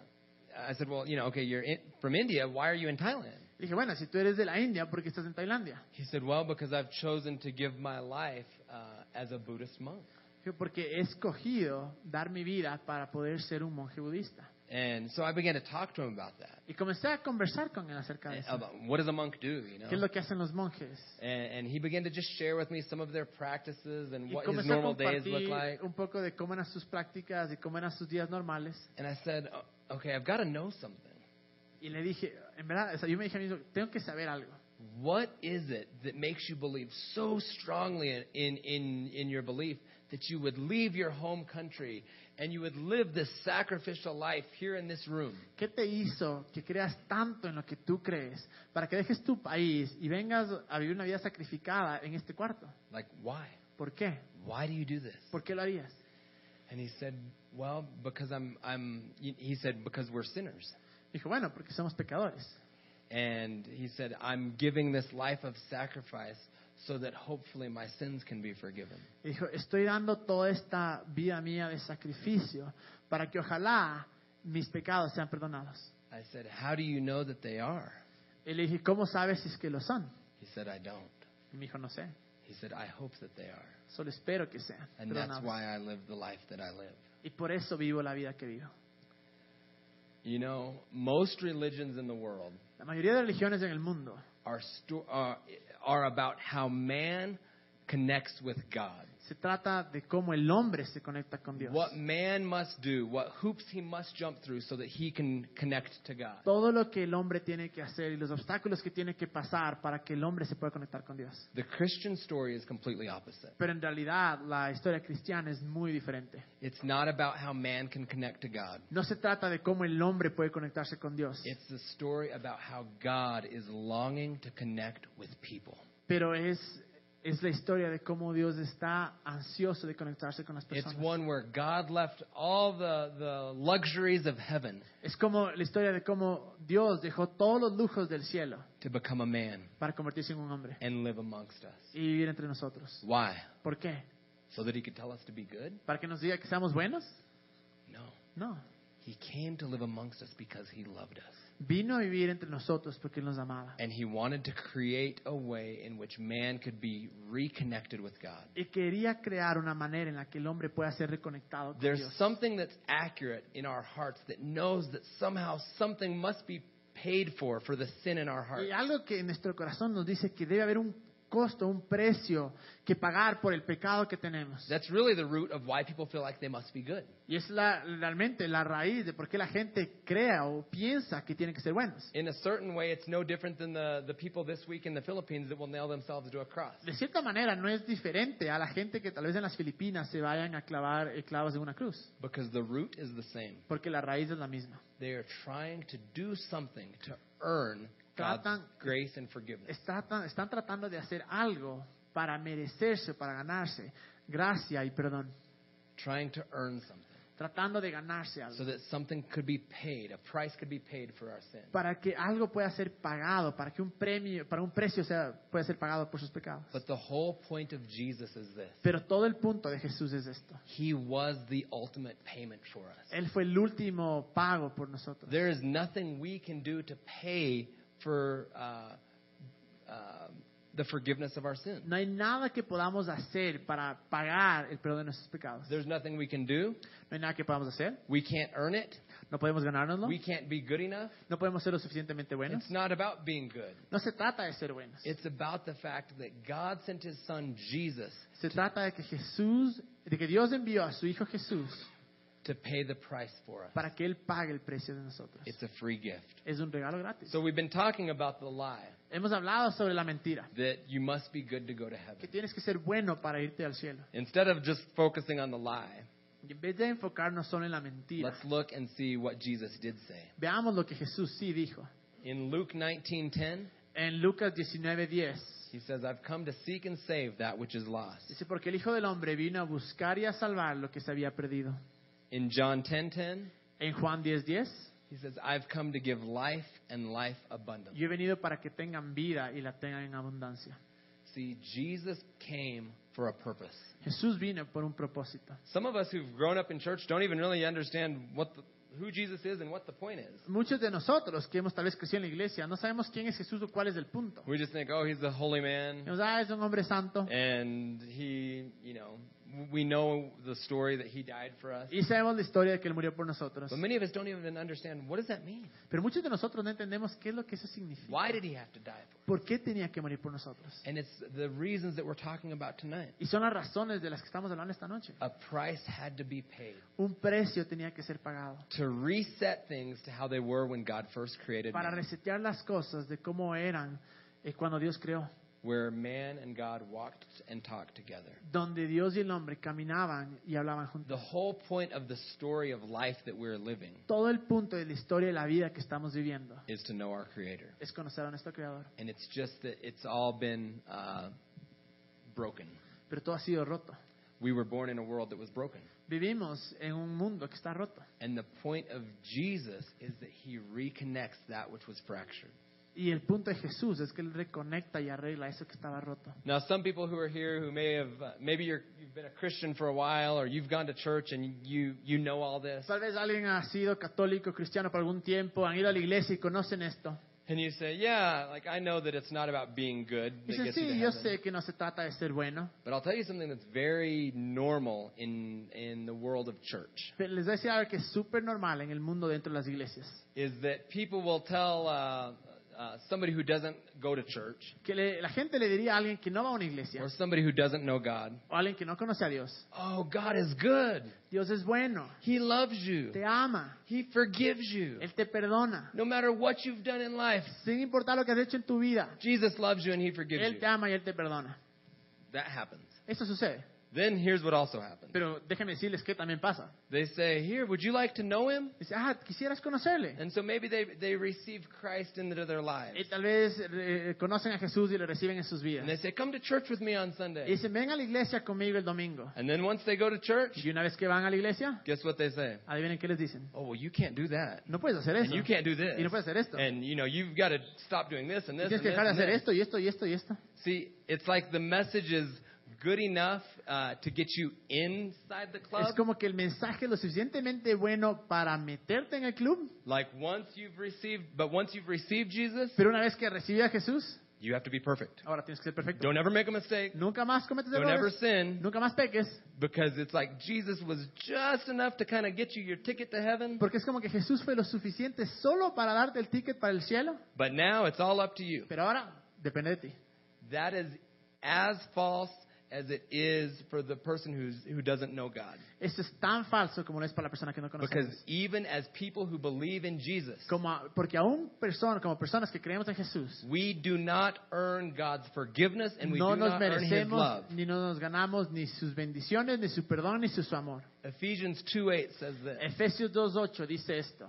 A: I said, well, you know, okay, you're in, from India. Why are you in Thailand?
B: Dije, bueno, si tú eres de la India, ¿por qué estás en Tailandia?
A: He said, well, because I've chosen to give my life uh, as a Buddhist monk.
B: Dijo, porque he escogido dar mi vida para poder ser un monje budista.
A: And so I began to talk to him about that. uh,
B: Y comencé a conversar con él acerca de eso.
A: Eh, About what does a monk do, you know?
B: ¿Qué es lo que hacen los monjes?
A: And, and he began to just share with me some of their practices and
B: Y
A: what his
B: comencé a
A: normal days look
B: compartir
A: like.
B: un poco de cómo eran sus prácticas y cómo eran sus días normales.
A: And I said, "Oh, okay, I've got to know something.
B: Y le dije, en verdad, o sea, yo me dije a mí mismo, tengo que saber algo.
A: What is it that makes you believe so strongly in, in, in, in your belief that you would leave your home country and you would live this sacrificial life here in this room?
B: ¿Qué te hizo que creas tanto en lo que tú crees para que dejes tu país y vengas a vivir una vida sacrificada en este cuarto?
A: Like, why?
B: ¿Por qué?
A: Why do you do this?
B: ¿Por qué lo harías?
A: And he said, well, because I'm, I'm, he said, because we're sinners.
B: Dijo, bueno, porque somos pecadores.
A: And he said, I'm giving this life of sacrifice so that hopefully my sins can be forgiven.
B: Y dijo, estoy dando toda esta vida mía de sacrificio para que ojalá mis pecados sean perdonados.
A: I said, How do you know that they are?
B: Y le dije, ¿cómo sabes si es que lo son?
A: He said, I don't.
B: Y me dijo, no sé,
A: He said, I hope that they are.
B: solo espero que sean
A: And that's
B: perdonados.
A: why I live the life that I live.
B: Y por eso vivo la vida que vivo.
A: You know, most religions in the world
B: La mayoría de religiones en el mundo
A: are, sto- are, are about how man connects with God.
B: se trata de cómo el hombre se conecta con Dios.
A: What man must do, what hoops he must jump through so that he can connect to God.
B: Todo lo que el hombre tiene que hacer y los obstáculos que tiene que pasar para que el hombre se pueda conectar con Dios.
A: The Christian story is completely opposite.
B: Pero en realidad la historia cristiana es muy diferente.
A: It's not about how man can connect to God.
B: No se trata de cómo el hombre puede conectarse con Dios,
A: It's the story about how God is longing to connect with people.
B: pero es, es la historia de cómo Dios está ansioso de conectarse con las
A: It's
B: personas.
A: one where God left all the, the luxuries of heaven
B: Es como la historia de cómo Dios dejó todos los lujos del cielo
A: to become a man
B: para convertirse en un hombre
A: and live amongst us.
B: y vivir entre nosotros.
A: Why?
B: ¿Por qué?
A: So that he could tell us to be good?
B: ¿Para que nos diga que seamos buenos?
A: No.
B: No.
A: He came to live amongst us because he loved us.
B: Vino a vivir entre nosotros porque Él nos amaba.
A: And he wanted to create a way in which man could be reconnected with God.
B: Y quería crear una manera en la que el hombre pueda ser reconectado con
A: There's
B: Dios.
A: something that's accurate in our hearts that knows that somehow something must be paid for for the sin in our heart.
B: Y algo que en nuestro corazón nos dice que debe haber un costo, un precio que pagar por el pecado que tenemos.
A: That's really the root of why people feel like they must be good.
B: Y es la, realmente la raíz de por qué la gente crea o piensa que tienen que ser buenos.
A: In a certain way, it's no different than the, the people this week in the Philippines that will nail themselves to a cross.
B: De cierta manera no es diferente a la gente que tal vez en las Filipinas se vayan a clavar eh, clavos en una cruz,
A: Because the root is the same.
B: porque la raíz es la misma.
A: They are trying to do something to earn God's
B: Tratan-
A: grace and forgiveness.
B: Están, están tratando de hacer algo para merecerse, para ganarse gracia y perdón,
A: Trying to earn something.
B: tratando de ganarse
A: So
B: algo,
A: that something could be paid, a price could be paid for our sin.
B: para que algo pueda ser pagado, para que un premio, para un precio sea, pueda ser pagado por sus pecados.
A: But the whole point of Jesus is this.
B: Pero todo el punto de Jesús es esto.
A: He was the ultimate payment for us.
B: Él fue el último pago por nosotros.
A: There is nothing we can do to pay for uh, uh, the forgiveness of our sin.
B: No hay nada que podamos hacer para pagar el perdón de nuestros pecados.
A: There's nothing we can do.
B: No hay nada que podamos hacer.
A: We can't earn it.
B: No podemos ganárnoslo.
A: We can't be good enough.
B: No podemos ser lo suficientemente buenos.
A: It's not about being good.
B: No se trata de ser buenos.
A: It's about the fact that God sent his son Jesus
B: Se trata de que Jesús, de que Dios envió a su Hijo Jesús
A: to pay the price for us.
B: para que Él pague el precio de nosotros.
A: It's a free gift.
B: Es un regalo gratis.
A: So we've been talking about the lie
B: Hemos hablado sobre la mentira,
A: that you must be good to go to
B: que
A: heaven.
B: tienes que ser bueno para irte al cielo.
A: Instead of just focusing on the lie,
B: Y en vez de enfocarnos solo en la mentira,
A: let's look and see what Jesus did say.
B: veamos lo que Jesús sí dijo.
A: In Luke 19:10,
B: En Lucas 19:10
A: he says, "I've come to seek and save that which is lost."
B: dice, porque el Hijo del Hombre vino a buscar y a salvar lo que se había perdido.
A: In John 10:10,
B: En Juan 10:10,
A: he says, "I've come to give life and life abundantly."
B: yo he venido para que tengan vida y la tengan en abundancia.
A: See, Jesus came for a purpose.
B: Jesús vino por un propósito.
A: Some of us who've grown up in church don't even really understand what the, who Jesus is and what the point is.
B: Muchos de nosotros que hemos tal vez crecido en la iglesia no sabemos quién es Jesús o cuál es el punto.
A: We just think, "Oh, he's a holy man."
B: Nos ah, es un hombre santo
A: Eh. And he, you know, we know the story that he died for us.
B: y sabemos la historia de que Él murió por nosotros.
A: But many of us don't even understand what does that mean?
B: Pero muchos de nosotros no entendemos qué es lo que eso significa.
A: Why did he have to die for?
B: ¿Por qué tenía que morir por nosotros?
A: it? And it's the reasons that we're talking about tonight.
B: Y son las razones de las que estamos hablando esta noche.
A: A price had to be paid
B: Un precio tenía que ser pagado
A: to reset things to how they were when God first created
B: para
A: man,
B: resetear las cosas de cómo eran eh, cuando Dios creó,
A: where man and God walked and talked together.
B: donde Dios y el hombre caminaban y hablaban
A: The
B: juntos.
A: whole point of the story of life that we're living
B: Todo el punto de la historia y la vida que estamos viviendo
A: is to know our Creator,
B: es conocer a nuestro Creador,
A: and it's just that it's all been uh, broken.
B: pero todo ha sido roto.
A: We were born in a world that was broken.
B: Vivimos en un mundo que está roto.
A: And the point of Jesus is that he reconnects that which was fractured.
B: Y el punto de Jesús es que Él reconecta y arregla eso que estaba roto.
A: Now, some people who are here who may have, uh, maybe you're, you've been a Christian for a while or you've gone to church and you, you know all this.
B: Tal vez alguien ha sido católico, cristiano por algún tiempo, han ido a la iglesia y conocen esto.
A: And you say, yeah, like I know that it's not about being good that
B: Dicen,
A: gets you to
B: sí, yo
A: heaven."
B: sé que no se trata de ser bueno.
A: But I'll tell you something that's very normal in, in the world of church
B: Pero les voy a decir algo que es súper normal en el mundo dentro de las iglesias.
A: is that people will tell uh, uh, somebody who doesn't go to church
B: Que le- la gente le diría a alguien que no va a una iglesia
A: or somebody who doesn't know God,
B: o a alguien que no conoce a Dios,
A: oh, God is good.
B: Dios es bueno,
A: He loves you.
B: te ama,
A: He forgives you.
B: Él te perdona.
A: No matter what you've done in life,
B: Sin importar lo que has hecho en tu vida,
A: Jesus loves you and He forgives
B: Él
A: you.
B: te ama y Él te perdona.
A: That happens.
B: Eso sucede.
A: Then here's what also happens.
B: Pero déjenme decirles que también pasa.
A: They say, Here, would you like to know Him?
B: Dice, ah, quisieras conocerle.
A: And so maybe they, they receive Christ into their lives.
B: Y tal vez eh, conocen a Jesús y lo reciben en sus vidas.
A: And they say, Come to church with me on
B: Y
A: Sunday.
B: dicen, ven a la iglesia conmigo el domingo.
A: And then once they go to church,
B: Y una vez que van a la iglesia,
A: guess what they say?
B: adivinen qué les dicen.
A: Oh, well, you can't do that.
B: No puedes hacer
A: And
B: eso.
A: you can't do this.
B: Y no puedes hacer esto.
A: And, you know, you've got to stop doing this and this.
B: Tienes
A: And
B: que
A: this,
B: dejar de
A: and
B: hacer
A: this.
B: esto y esto y esto y esto.
A: See, it's like the message is good enough uh, to get you inside the club.
B: Es como que el mensaje es lo suficientemente bueno para meterte en el club,
A: Like once you've received, but once you've received Jesus,
B: pero una vez que recibí a Jesús,
A: you have to be perfect.
B: ahora tienes que ser perfecto.
A: Don't ever make a mistake.
B: Nunca más cometes
A: Don't ever
B: errores.
A: sin.
B: Nunca más peques.
A: Because it's like Jesus was just enough to kind of get you your ticket to heaven.
B: Porque es como que Jesús fue lo suficiente solo para darte el ticket para el cielo,
A: But now it's all up to you.
B: pero ahora depende de ti.
A: That is as false as it is for the person who's, who doesn't know God.
B: Eso es tan falso como lo es para la persona que no conoce. a
A: Because
B: Dios.
A: even as people who believe in Jesus,
B: Como a- porque aún personas, como personas que creemos en Jesús,
A: we do not earn God's forgiveness and we
B: no
A: do
B: nos
A: not earn His love.
B: merecemos ni no nos ganamos ni sus bendiciones, ni su perdón, ni su, su amor.
A: Ephesians 2.8 says this.
B: Efesios 2.8 dice esto.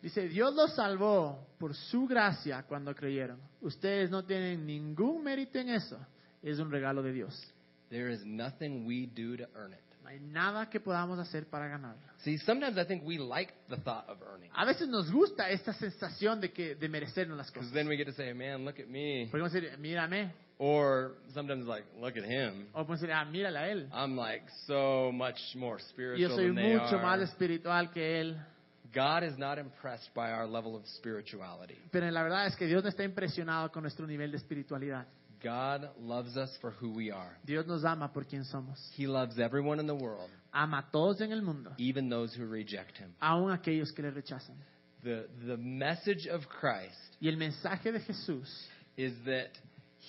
B: Dice, Dios los salvó por su gracia cuando creyeron. Ustedes no tienen ningún mérito en eso. Es un regalo de Dios.
A: There is nothing we do to earn it.
B: No hay nada que podamos hacer para ganarlo.
A: See, sometimes I think we like the thought of earning.
B: A veces nos gusta esta sensación de, que, de merecernos las
A: Because
B: cosas.
A: then we get to say, man, look at me.
B: Podemos decir, mírame.
A: Or sometimes, like, look at him.
B: O podemos decir, ah, mírala a él.
A: I'm like so much more
B: Yo
A: spiritual
B: soy
A: than they
B: mucho más
A: are.
B: espiritual que él.
A: God is not impressed by our level of spirituality.
B: Pero la verdad es que Dios no está impresionado con nuestro nivel de espiritualidad.
A: God loves us for who we are.
B: Dios nos ama por quien somos.
A: He loves everyone in the world,
B: Ama a todos en el mundo,
A: even those who reject him.
B: aun aquellos que le rechazan.
A: The, the message of Christ
B: Y el mensaje de Jesús
A: is that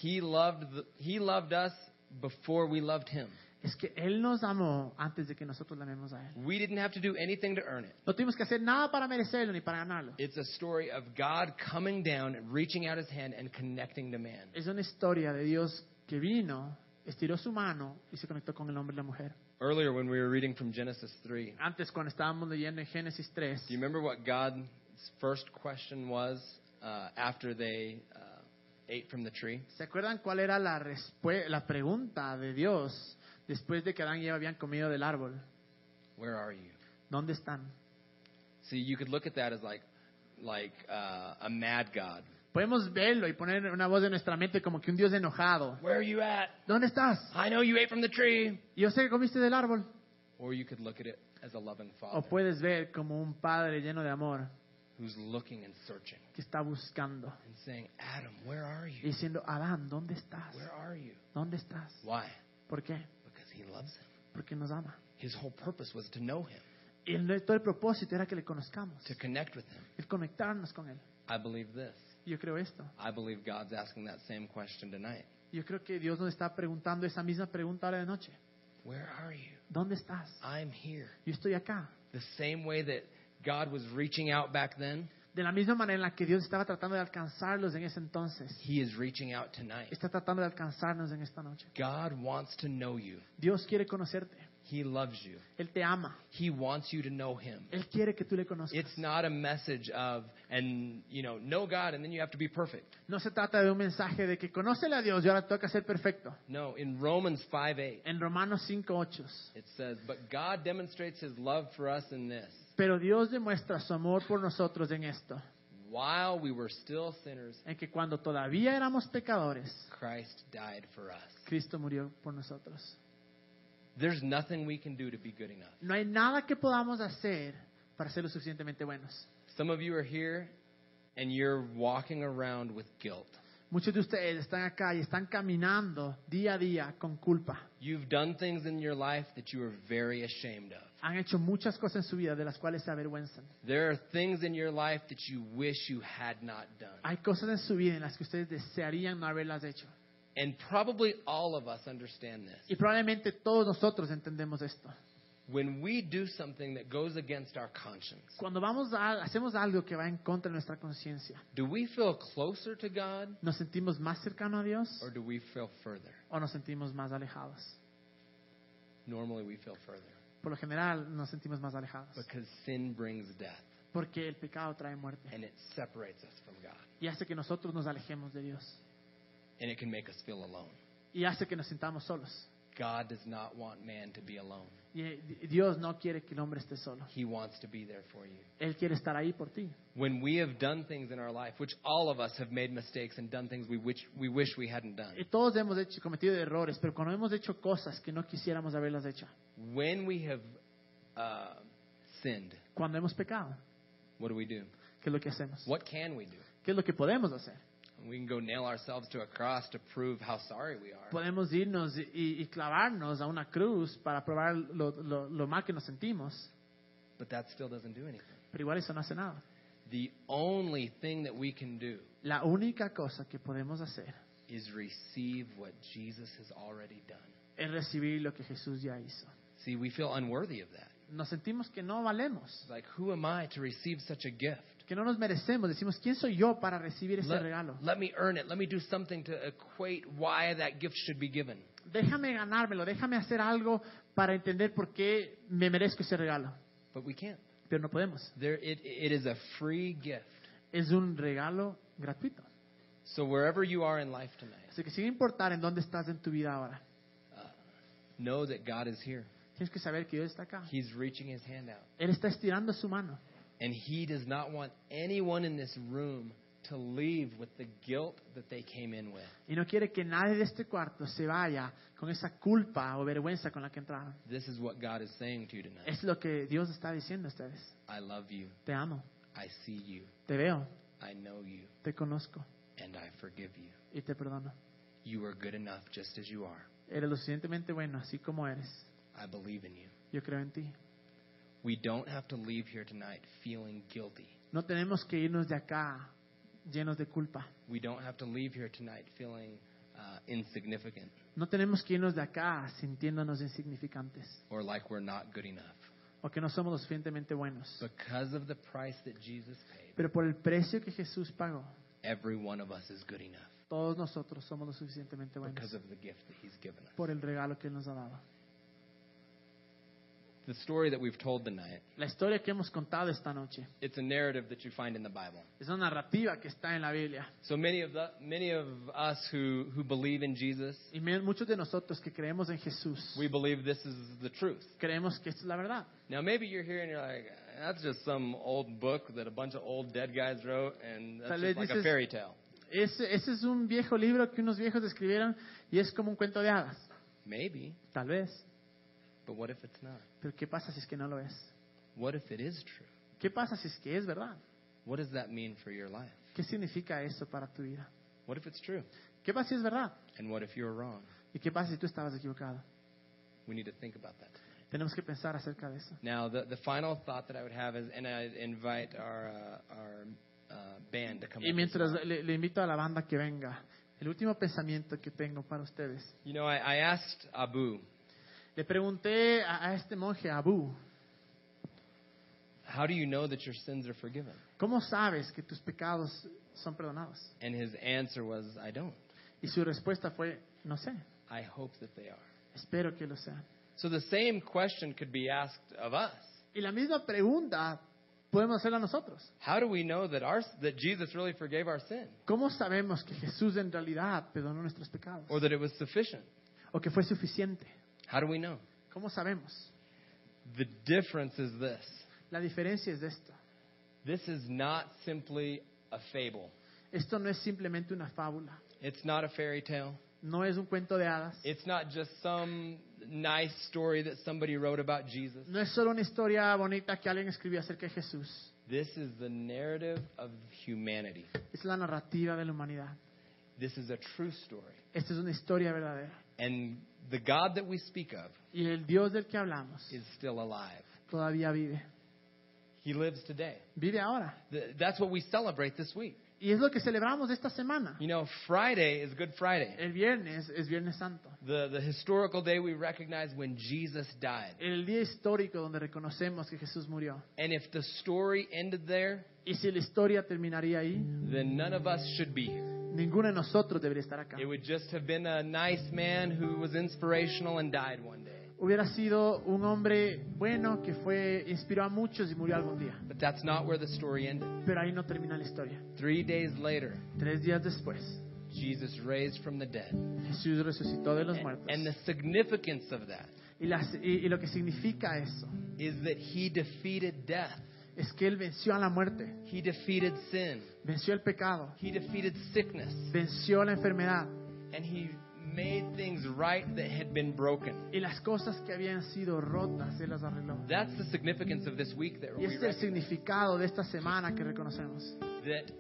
A: he loved, the, he loved us before we loved him.
B: es que Él nos amó antes de que nosotros le amemos a Él.
A: We didn't have to do anything to earn it.
B: No tuvimos que hacer nada para merecerlo ni para ganarlo.
A: It's a story of God coming down, and reaching out his hand, and connecting to man.
B: Es una historia de Dios que vino, estiró su mano y se conectó con el hombre y la mujer.
A: Earlier, when we were reading from Genesis 3,
B: Antes, cuando estábamos leyendo en Génesis 3,
A: Do you remember what God's first question was uh, after they uh, ate from the tree?
B: ¿se acuerdan cuál era la, respue- la pregunta de Dios después de que Adán y Eva habían comido del árbol?
A: Where are you?
B: ¿Dónde están?
A: See, you could look at that as like, like uh, a mad God.
B: Podemos verlo y poner una voz en nuestra mente como que un Dios enojado.
A: Where are you at?
B: ¿Dónde estás?
A: I know you ate from the tree.
B: Yo sé que comiste del árbol.
A: Or you could look at it as a loving Father
B: O puedes ver como un padre lleno de amor
A: who's looking and searching
B: que está buscando,
A: and saying, Adam, where are you?
B: diciendo, Adán, ¿dónde estás?
A: Where are you?
B: ¿Dónde estás?
A: Why?
B: ¿Por qué?
A: Because he loves him.
B: Porque nos ama.
A: His whole purpose was to know him,
B: Y el- todo el propósito era que le conozcamos,
A: to connect with him.
B: el conectarnos con Él.
A: I believe this.
B: Y Yo creo esto.
A: I believe God's asking that same question tonight.
B: Yo creo que Dios nos está preguntando esa misma pregunta ahora de noche.
A: Where are you?
B: ¿Dónde estás?
A: I'm here.
B: Yo estoy acá.
A: The same way that God was reaching out back then,
B: De la misma manera en la que Dios estaba tratando de alcanzarlos en ese entonces,
A: He is reaching out tonight.
B: está tratando de alcanzarnos en esta noche.
A: God wants to know you.
B: Dios quiere conocerte.
A: He loves you.
B: Él te ama.
A: He wants you to know Him.
B: Él quiere que tú le conozcas.
A: It's not a message of, and, you know, know God and then you have to be perfect.
B: No se trata de un mensaje de que conócele a Dios y ahora toca ser perfecto.
A: No, in Romans 5 8,
B: En Romanos 5:8.
A: it says, But God demonstrates His love for us in this.
B: Pero Dios demuestra su amor por nosotros en esto,
A: While we were still sinners,
B: en que cuando todavía éramos pecadores,
A: Christ died for us.
B: Cristo murió por nosotros.
A: There's nothing we can do to be good enough.
B: No hay nada que podamos hacer para ser lo suficientemente buenos.
A: Some of you are here and you're walking around with guilt.
B: Muchos de ustedes están acá y están caminando día a día con culpa.
A: You've done things in your life that you are very ashamed of.
B: Han hecho muchas cosas en su vida de las cuales se avergüenzan.
A: There are things in your life that you wish you had not done.
B: Hay cosas en su vida en las que ustedes desearían no haberlas hecho.
A: And probably all of us understand this.
B: Y probablemente todos nosotros entendemos esto.
A: When we do something that goes against our conscience,
B: Cuando vamos a, hacemos algo que va en contra de nuestra conciencia,
A: do we feel closer to God
B: ¿nos sentimos más cercanos a Dios
A: or do we feel further?
B: o nos sentimos más alejados?
A: Normally we feel further
B: Por lo general nos sentimos más alejados,
A: because sin brings death
B: porque el pecado trae muerte
A: and it separates us from God
B: y hace que nosotros nos alejemos de Dios
A: and it can make us feel alone.
B: y hace que nos sintamos solos.
A: God does not want man to be alone.
B: Y eh, di- Dios no quiere que el hombre esté solo,
A: He wants to be there for you.
B: Él quiere estar ahí por ti.
A: When we have done things in our life, which all of us have made mistakes and done things we wish we, wish we hadn't done,
B: Eh, Todos hemos hecho, cometido errores, pero cuando hemos hecho cosas que no quisiéramos haberlas hecho,
A: when we have uh, sinned,
B: cuando hemos pecado,
A: what do we do?
B: ¿qué es lo que hacemos?
A: What can we do?
B: ¿Qué es lo que podemos hacer?
A: We can go nail ourselves to a cross to prove how sorry we are.
B: podemos irnos y, y clavarnos a una cruz para probar lo, lo- lo mal que nos sentimos,
A: But that still doesn't do anything.
B: pero igual eso no hace nada.
A: The only thing that we can do
B: La única cosa que podemos hacer
A: is receive what Jesus has already done.
B: es recibir lo que Jesús ya hizo.
A: See, we feel unworthy of that.
B: Nos sentimos que no valemos,
A: It's like, who am I to receive such a gift?
B: que no nos merecemos. Decimos, ¿quién soy yo para recibir ese
A: Let,
B: regalo?
A: let me earn it. Let me do something to equate why that gift should be given.
B: Déjame ganármelo, déjame hacer algo para entender por qué me merezco ese regalo.
A: But we can't.
B: Pero no podemos.
A: There, it, it is a free gift.
B: Es un regalo gratuito.
A: So wherever you are in life tonight,
B: Así que sin importar en dónde estás en tu vida ahora,
A: know that God is here.
B: tienes que saber que Dios está acá.
A: He's reaching his hand out.
B: Él está estirando su mano.
A: And he does not want anyone in this room to leave with the guilt that they came in with.
B: Y no quiere que nadie de este cuarto se vaya con esa culpa o vergüenza con la que entraron.
A: This is what God is saying to you tonight.
B: Es lo que Dios está diciendo a ustedes.
A: I love you.
B: Te amo,
A: I see you.
B: te veo,
A: I know you.
B: te conozco
A: And I forgive you.
B: y te perdono.
A: You are good enough just as you are.
B: Eres lo suficientemente bueno, así como eres.
A: I believe in you.
B: Yo creo en ti.
A: We don't have to leave here tonight feeling guilty.
B: No tenemos que irnos de acá llenos de culpa.
A: We don't have to leave here tonight feeling uh, insignificant
B: No tenemos que irnos de acá sintiéndonos insignificantes
A: or like we're not good enough.
B: o que no somos lo suficientemente buenos.
A: Because of the price that Jesus paid,
B: Pero por el precio que Jesús pagó,
A: every one of us is good enough
B: todos nosotros somos lo suficientemente buenos
A: because of the gift that He's given us.
B: por el regalo que Él nos ha dado.
A: The story that we've told tonight,
B: La historia que hemos contado esta noche
A: it's a narrative that you find in the Bible.
B: es una narrativa que está en la Biblia.
A: So many of, the, many of us who, who believe in Jesus,
B: Y me- muchos de nosotros que creemos en Jesús,
A: we believe this is the truth.
B: creemos que esta es la verdad.
A: Now, maybe you're here and you're like, that's just some old book that a bunch of old dead guys wrote, and that's
B: Tal
A: just
B: vez
A: like a
B: dices-
A: fairy tale.
B: Ese, ese es un viejo libro que unos viejos escribieron y es como un cuento de hadas.
A: Maybe,
B: Tal vez.
A: but what if it's not?
B: Pero ¿qué pasa si es que no lo es?
A: What if it is true?
B: ¿Qué pasa si es que es verdad?
A: What does that mean for your life?
B: ¿Qué significa eso para tu vida?
A: What if it's true?
B: ¿Qué pasa si es verdad?
A: And what if you're wrong?
B: ¿Y qué pasa si tú estabas equivocado?
A: We need to think about that.
B: Tenemos que pensar acerca de eso.
A: Now, the, the final thought that I would have is, and I invite our, uh, our uh, band to come up
B: Y
A: as well.
B: mientras le, le invito a la banda que venga, el último pensamiento que tengo para ustedes.
A: You know, I, I asked Abu,
B: Le pregunté a, a este monje, Abu,
A: how do you know that your sins are forgiven?
B: ¿cómo sabes que tus pecados son perdonados?
A: And his answer was, I don't.
B: Y su respuesta fue, no sé,
A: I hope that they are.
B: espero que lo sean.
A: So the same question could be asked of us.
B: Y la misma pregunta podemos hacerla nosotros.
A: How do we know that our that Jesus really forgave our sin
B: ¿Cómo sabemos que Jesús en realidad perdonó nuestros pecados?
A: or that it was sufficient?
B: ¿O que fue suficiente?
A: How do we know?
B: ¿Cómo sabemos?
A: The difference is this.
B: La diferencia es esto.
A: This is not simply a fable.
B: Esto no es simplemente una fábula,
A: It's not a fairy tale.
B: no es un cuento de hadas,
A: It's not just some nice story that somebody wrote about Jesus.
B: no es solo una historia bonita que alguien escribió acerca de Jesús,
A: This is the narrative of humanity.
B: es la narrativa de la humanidad.
A: This is a true story.
B: Esta es una historia verdadera.
A: And the God that we speak of
B: Y el Dios del que hablamos
A: is still alive.
B: todavía vive,
A: He lives today.
B: vive ahora.
A: Th- That's what we celebrate this week.
B: Y es lo que celebramos esta semana.
A: You know, Friday is Good Friday,
B: El viernes es Viernes Santo,
A: the, the historical day we recognize when Jesus died.
B: el día histórico donde reconocemos que Jesús murió.
A: And if the story ended there,
B: Y si la historia terminaría ahí,
A: then none of us should be here.
B: ninguno de nosotros debería estar acá.
A: It would just have been a nice man who was inspirational and died one day.
B: Hubiera sido un hombre bueno que fue inspiró a muchos y murió algún día.
A: But that's not where the story ended.
B: Pero ahí no termina la historia.
A: Three days later,
B: Tres días después,
A: Jesus raised from the dead.
B: Jesús resucitó de los muertos.
A: And, and the significance of that
B: Y, las- y- y lo que significa eso
A: is that he defeated death,
B: es que Él venció a la muerte,
A: he defeated sin,
B: venció el pecado,
A: he defeated sickness,
B: venció la enfermedad
A: and he made things right that had been broken.
B: y las cosas que habían sido rotas, Él las arregló.
A: That's the significance of this week that
B: Y
A: we
B: este es el
A: recognize.
B: significado de esta semana que reconocemos.
A: that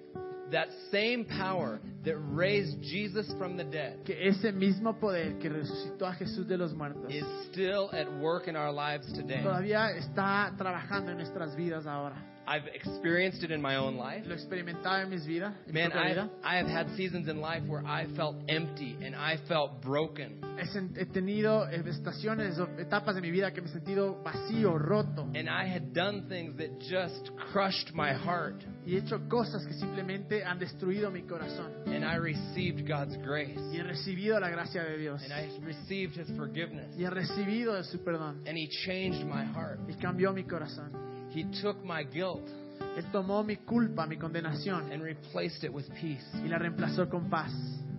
A: that same power that raised Jesus from the dead
B: Que ese mismo poder que resucitó a Jesús de los muertos
A: is still at work in our lives today.
B: todavía está trabajando en nuestras vidas ahora.
A: I've experienced it in my own life.
B: lo experimentaba en mis vidas, en mi
A: Man,
B: propia
A: I,
B: vida.
A: I have had seasons in life where I felt empty and I felt broken.
B: He sen- He tenido eh, estaciones o etapas de mi vida que me he sentido vacío, roto
A: And I had done things that just crushed my heart.
B: y he hecho cosas que simplemente han destruido mi corazón.
A: And I received God's grace.
B: Y he recibido la gracia de Dios
A: And I received His forgiveness.
B: y he recibido de su perdón
A: And He changed my heart.
B: y cambió mi corazón.
A: He took my guilt
B: Él tomó mi culpa, mi condenación
A: and replaced it with peace.
B: y la reemplazó con paz.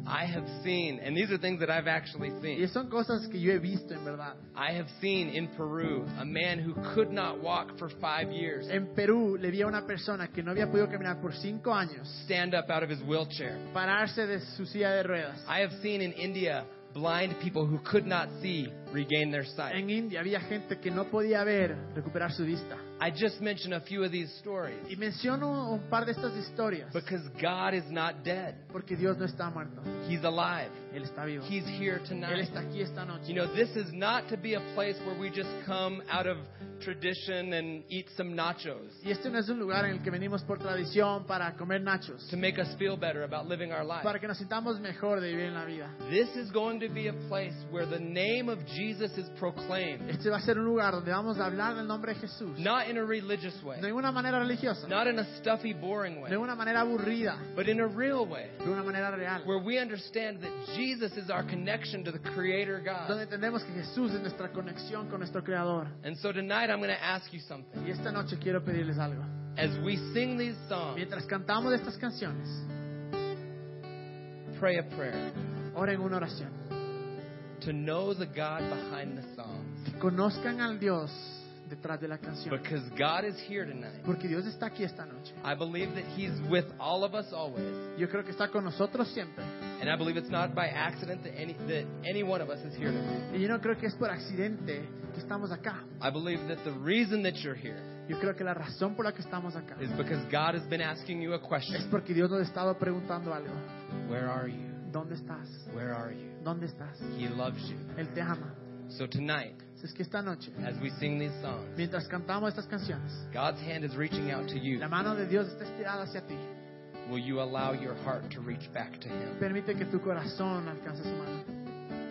A: I have seen, and these are things that I've actually
B: Y
A: seen.
B: son cosas que yo he visto en verdad.
A: I have seen in Peru a man who could not walk for five years
B: En Perú le vi a una persona que no había podido caminar por cinco años
A: stand up out of his wheelchair.
B: pararse de su silla de ruedas.
A: I have seen in India blind people who could not see regain their sight.
B: En India había gente que no podía ver, recuperar su vista.
A: I just mentioned a few of these stories
B: Y menciono un par de estas historias,
A: because God is not dead.
B: porque Dios no está muerto,
A: He's alive.
B: Él está vivo.
A: He's here
B: Él
A: tonight.
B: está aquí esta noche.
A: You know, this is not to be a place where we just come out of tradition and eat some nachos
B: Y este no es un lugar en el que venimos por tradición para comer nachos,
A: to make us feel better about living our life.
B: para que nos sintamos mejor de vivir en la vida.
A: This is going to be a place where the name of Jesus is proclaimed,
B: Este va a ser un lugar donde vamos a hablar del nombre de Jesús.
A: not in a religious way,
B: No de una manera religiosa,
A: not in a stuffy, boring
B: no
A: way,
B: de una manera aburrida,
A: but in a real way.
B: de una manera real.
A: where we understand that Jesus is our connection to the Creator
B: Donde
A: God.
B: entendemos que Jesús es nuestra conexión con nuestro Creador.
A: And so tonight I'm going to ask you something.
B: Y esta noche quiero pedirles algo.
A: As we sing these songs,
B: Mientras cantamos estas canciones,
A: pray a prayer
B: oren una oración.
A: to know the God behind the songs.
B: Que conozcan al Dios detrás de la canción.
A: Because God is here tonight.
B: Porque Dios está aquí esta noche.
A: I believe that He's with all of us always.
B: Yo creo que está con nosotros siempre.
A: And I believe it's not by accident that any, that any one of us is here tonight.
B: Y yo no creo que es por accidente que estamos acá.
A: I believe that the reason that you're here
B: Yo creo que la razón por la que estamos acá
A: is because God has been asking you a
B: es
A: question
B: porque Dios nos ha estado preguntando algo.
A: Where are you?
B: ¿Dónde estás?
A: Where are you?
B: ¿Dónde estás?
A: He loves you.
B: Él te ama.
A: So tonight,
B: Así Es que esta noche,
A: as we sing these songs,
B: mientras cantamos estas canciones,
A: God's hand is reaching out to you.
B: la mano de Dios está estirada hacia ti.
A: Will you allow your heart to reach back to Him?
B: Permite que tu corazón alcance su mano.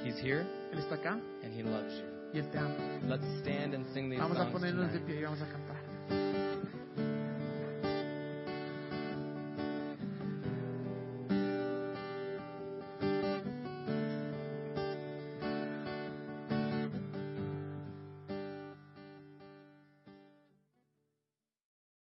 A: He's here
B: Él está acá
A: and He loves you.
B: y Él te ama.
A: Let's stand and sing these
B: Vamos a
A: songs.
B: ponernos de
A: tonight.
B: pie y vamos a cantar.